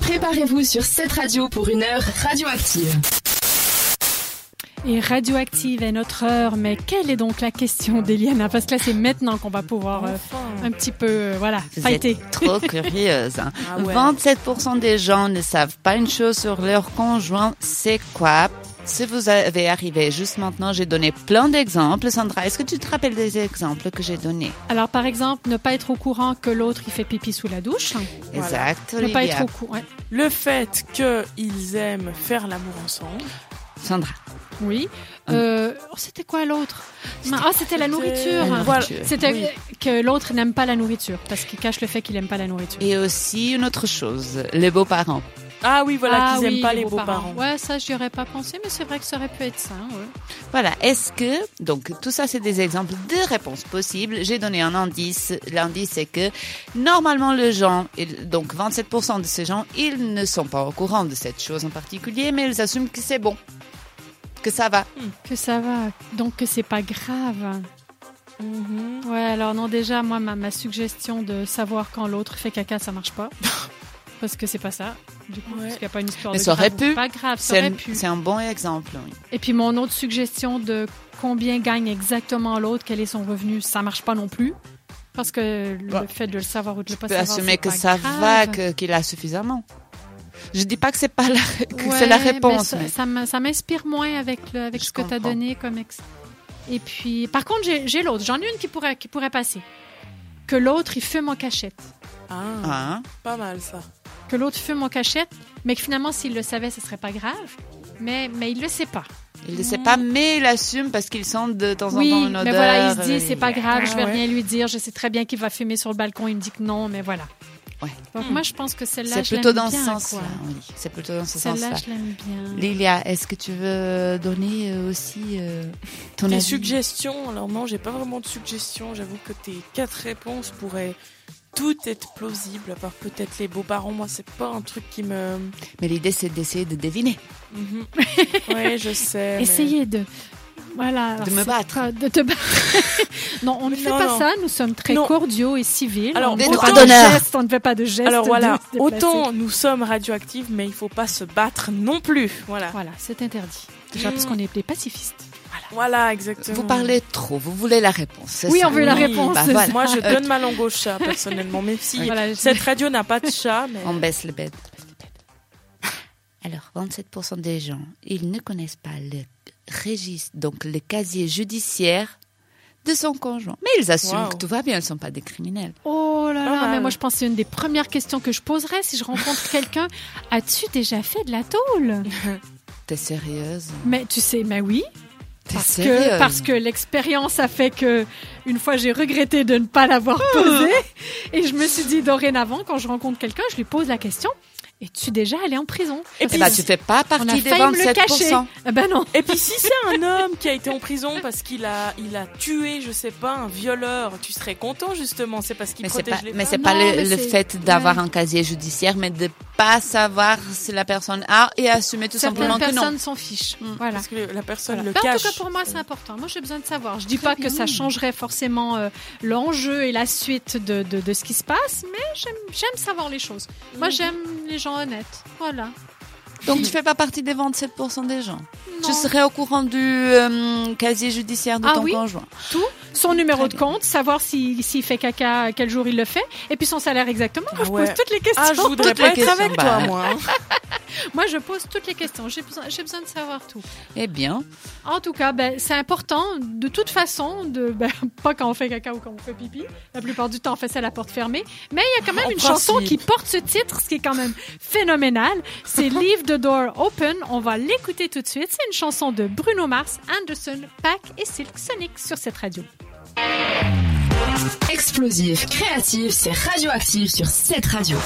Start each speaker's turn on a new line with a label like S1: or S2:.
S1: Préparez-vous sur cette radio pour une heure radioactive.
S2: Et radioactive est notre heure, mais quelle est donc la
S3: Ah.
S2: question d'Eliana Parce que là, c'est maintenant qu'on va pouvoir euh, un petit peu, euh, voilà,
S4: Vous
S2: fighter.
S4: êtes trop curieuse. hein.
S3: Ah ouais.
S4: 27% des gens ne savent pas une chose sur leur conjoint. C'est quoi Si vous avez arrivé juste maintenant, j'ai donné plein d'exemples. Sandra, est-ce que tu te rappelles des exemples que j'ai donnés
S2: Alors, par exemple, ne pas être au courant que l'autre il fait pipi sous la douche.
S3: Voilà.
S4: Exact.
S2: Ne pas
S4: Olivia.
S2: être au courant. ouais.
S3: Le fait qu'ils aiment faire l'amour ensemble.
S4: Sandra.
S2: Oui. Euh, oh, c'était quoi l'autre Ma- Ah, c'était la nourriture.
S4: la
S3: Voilà.
S4: nourriture.
S2: C'était
S3: Oui.
S2: que l'autre n'aime pas la nourriture parce qu'il cache le fait qu'il n'aime pas la nourriture.
S4: Et aussi une autre chose, les beaux-parents.
S3: Ah oui, voilà,
S2: Ah
S3: qu'ils aiment
S2: oui,
S3: pas les beaux-parents.
S2: Ouais, ça, j'y aurais pas pensé, mais c'est vrai que ça aurait pu être ça. hein, ouais.
S4: Voilà, est-ce que, donc tout ça c'est des exemples de réponses possibles, j'ai donné un indice, l'indice c'est que normalement les gens, ils- donc 27% de ces gens, ils ne sont pas au courant de cette chose en particulier, mais ils assument que c'est bon, que ça va.
S2: Que ça va. Donc, que c'est pas grave.
S3: Mhm.
S2: Ouais, alors non, déjà, moi, ma, ma suggestion de savoir quand l'autre fait caca, ça marche pas. parce que c'est pas ça. Du coup,
S3: Ouais.
S2: parce qu'il n'y a pas une histoire
S4: Mais
S2: de
S4: ça aurait
S2: grave
S4: pu.
S2: ou Pas grave, ça
S4: C'est
S2: aurait
S4: un,
S2: pu.
S4: c'est un bon exemple. oui.
S2: Et puis, mon autre suggestion de combien gagne exactement l'autre, quel est son revenu, ça marche pas non plus. Parce que le
S4: Ouais.
S2: fait de le savoir ou de le
S4: Tu
S2: pas
S4: peux
S2: savoir,
S4: assumer
S2: c'est
S4: que
S2: pas
S4: Bah, ça
S2: grave.
S4: va, que- qu'il a suffisamment. Je dis pas que c'est pas la, que
S2: Ouais,
S4: c'est la
S2: mais
S4: réponse.
S2: ça-
S4: mais-
S2: Ça, m'in- ça m'inspire moins avec, le, avec
S4: Je
S2: ce que tu as
S4: comprends.
S2: donné comme ex. Et puis, par contre, j'ai j'ai l'autre. J'en ai une qui pourrait, qui pourrait passer. Que l'autre, il fume en cachette.
S3: Ah,
S4: Hein
S3: pas mal ça.
S2: Que l'autre fume en cachette, mais que finalement, s'il le savait, ce serait pas grave. Mais, mais il le sait pas.
S4: il ne sait pas, mais il assume parce qu'il sent de temps en temps
S2: oui,
S4: une odeur.
S2: mais voilà, il se
S4: euh,
S2: dit, c'est pas grave, je vais
S3: Ah ouais.
S2: rien lui dire. Je sais très bien qu'il va fumer sur le balcon. Il me dit que non, mais voilà.
S4: Ouais.
S2: Donc,
S3: Hmm.
S2: moi, je pense que celle-là,
S4: C'est
S2: je
S4: plutôt
S2: l'aime
S4: dans ce
S2: bien,
S4: sens-là.
S2: quoi.
S4: oui. C'est plutôt dans ce sens-là.
S2: Celle-là, je l'aime bien.
S4: Lilia, est-ce que tu veux donner euh, aussi euh, ton
S3: Des
S4: avis
S3: suggestions Alors non, j'ai pas vraiment de suggestions. J'avoue que tes quatre réponses pourraient toutes être plausibles, à part peut-être les beaux-parents. Moi, c'est pas un truc qui me...
S4: Mais l'idée, c'est d'essayer de deviner.
S3: Mhm. ouais, je sais. mais-
S2: Mm-hmm. Essayez de. Voilà. alors
S4: me
S2: c'est
S4: battre.
S2: pas- de te battre. non, on ne fait
S3: Non,
S2: pas
S3: non.
S2: ça. Nous sommes très
S3: Non.
S2: cordiaux et civils.
S3: Alors,
S2: on ne fait
S4: autant-
S2: pas de
S4: d'honneur.
S2: gestes. On ne fait pas de gestes.
S3: Alors voilà,
S2: doux, déplacés.
S3: autant nous sommes radioactifs, mais il faut pas se battre non plus. Voilà.
S2: Voilà, c'est interdit. Déjà
S3: Mm.
S2: parce qu'on est des pacifistes.
S3: Voilà, exactement.
S4: Vous parlez trop, vous voulez la réponse. c'est
S2: Oui,
S4: ça
S2: on veut la
S3: Oui,
S2: réponse.
S4: bah voilà.
S3: Moi, je
S4: Euh,
S3: donne ma langue au chat, personnellement, même si
S2: Voilà,
S3: cette radio n'a pas de chat. Mais...
S4: On baisse le bed. Alors, 27% des gens, ils ne connaissent pas le registre, donc le casier judiciaire de son conjoint. Mais ils assument
S3: Wow.
S4: que tout va bien, ils ne sont pas des criminels.
S2: Oh là
S3: Pas
S2: là, mais
S3: mal.
S2: moi je pense que c'est une des premières questions que je poserais si je rencontre quelqu'un. As-tu déjà fait de la tôle
S4: T'es sérieuse
S2: Mais tu sais, mais oui,
S4: T'es
S2: parce
S4: sérieuse
S2: que, parce que l'expérience a fait que une fois j'ai regretté de ne pas l'avoir
S4: Oh.
S2: posé et je me suis dit dorénavant quand je rencontre quelqu'un, je lui pose la question es-tu déjà allé en prison
S3: Et
S4: Eh
S3: puis,
S4: ben, tu fais pas
S2: On a
S4: partie des
S2: failli me le
S4: 27%.
S2: cacher. Ah Ben non.
S3: Et puis si c'est un homme qui a été en prison parce qu'il a, il a tué, je sais pas, un violeur, tu serais content justement, c'est parce qu'il
S4: Mais c'est
S3: protège
S4: pas,
S3: les
S4: mais
S3: femmes.
S4: c'est pas
S2: Non,
S4: le,
S2: mais
S4: le
S2: c'est-
S4: fait d'avoir
S2: ouais.
S4: un casier judiciaire, mais de pas savoir si la personne a et assumer tout
S2: Certaines
S4: simplement que non.
S2: personnes s'en fichent.
S4: Mm.
S2: Voilà.
S3: Parce que la personne
S2: Voilà.
S3: le
S2: Ben, en
S3: cache.
S2: tout cas, pour moi, c'est important. Moi, j'ai besoin de savoir. Je dis pas que ça changerait forcément euh, l'enjeu et la suite de, de, de ce qui se passe, mais j'aime j'aime savoir les choses. Moi,
S3: Mhm.
S2: j'aime les gens honnêtes. Voilà.
S4: Donc tu fais pas partie des 27% des gens.
S2: Non.
S4: Tu serais au courant du euh, casier judiciaire de
S2: Ah
S4: ton
S2: oui.
S4: conjoint.
S2: Son numéro
S4: Très
S2: de
S4: bien.
S2: compte, savoir si- s'il fait caca, quel jour il le fait, et puis son salaire exactement. Moi,
S3: Ah
S2: je
S3: ouais.
S2: pose toutes les questions.
S3: Ah, je voudrais
S4: Toutes les
S3: pas être
S4: questions,
S3: avec
S4: bah.
S3: toi, moi. hein.
S2: Moi, je pose toutes les questions. J'ai besoin, j'ai besoin de savoir tout.
S4: Eh bien,
S2: En tout cas, ben, c'est important, de toute façon, de, ben, pas quand on fait caca ou quand on fait pipi. La plupart du temps, on fait ça à la porte fermée. Mais il y a quand même
S3: En
S2: une
S3: principe.
S2: chanson qui porte ce titre, ce qui est quand même phénoménal. C'est Leave the Door Open. On va l'écouter tout de suite. C'est une chanson de Bruno Mars, Anderson, Pack et Silk Sonic sur cette radio.
S1: Explosif, créatif, c'est radioactif sur cette radio.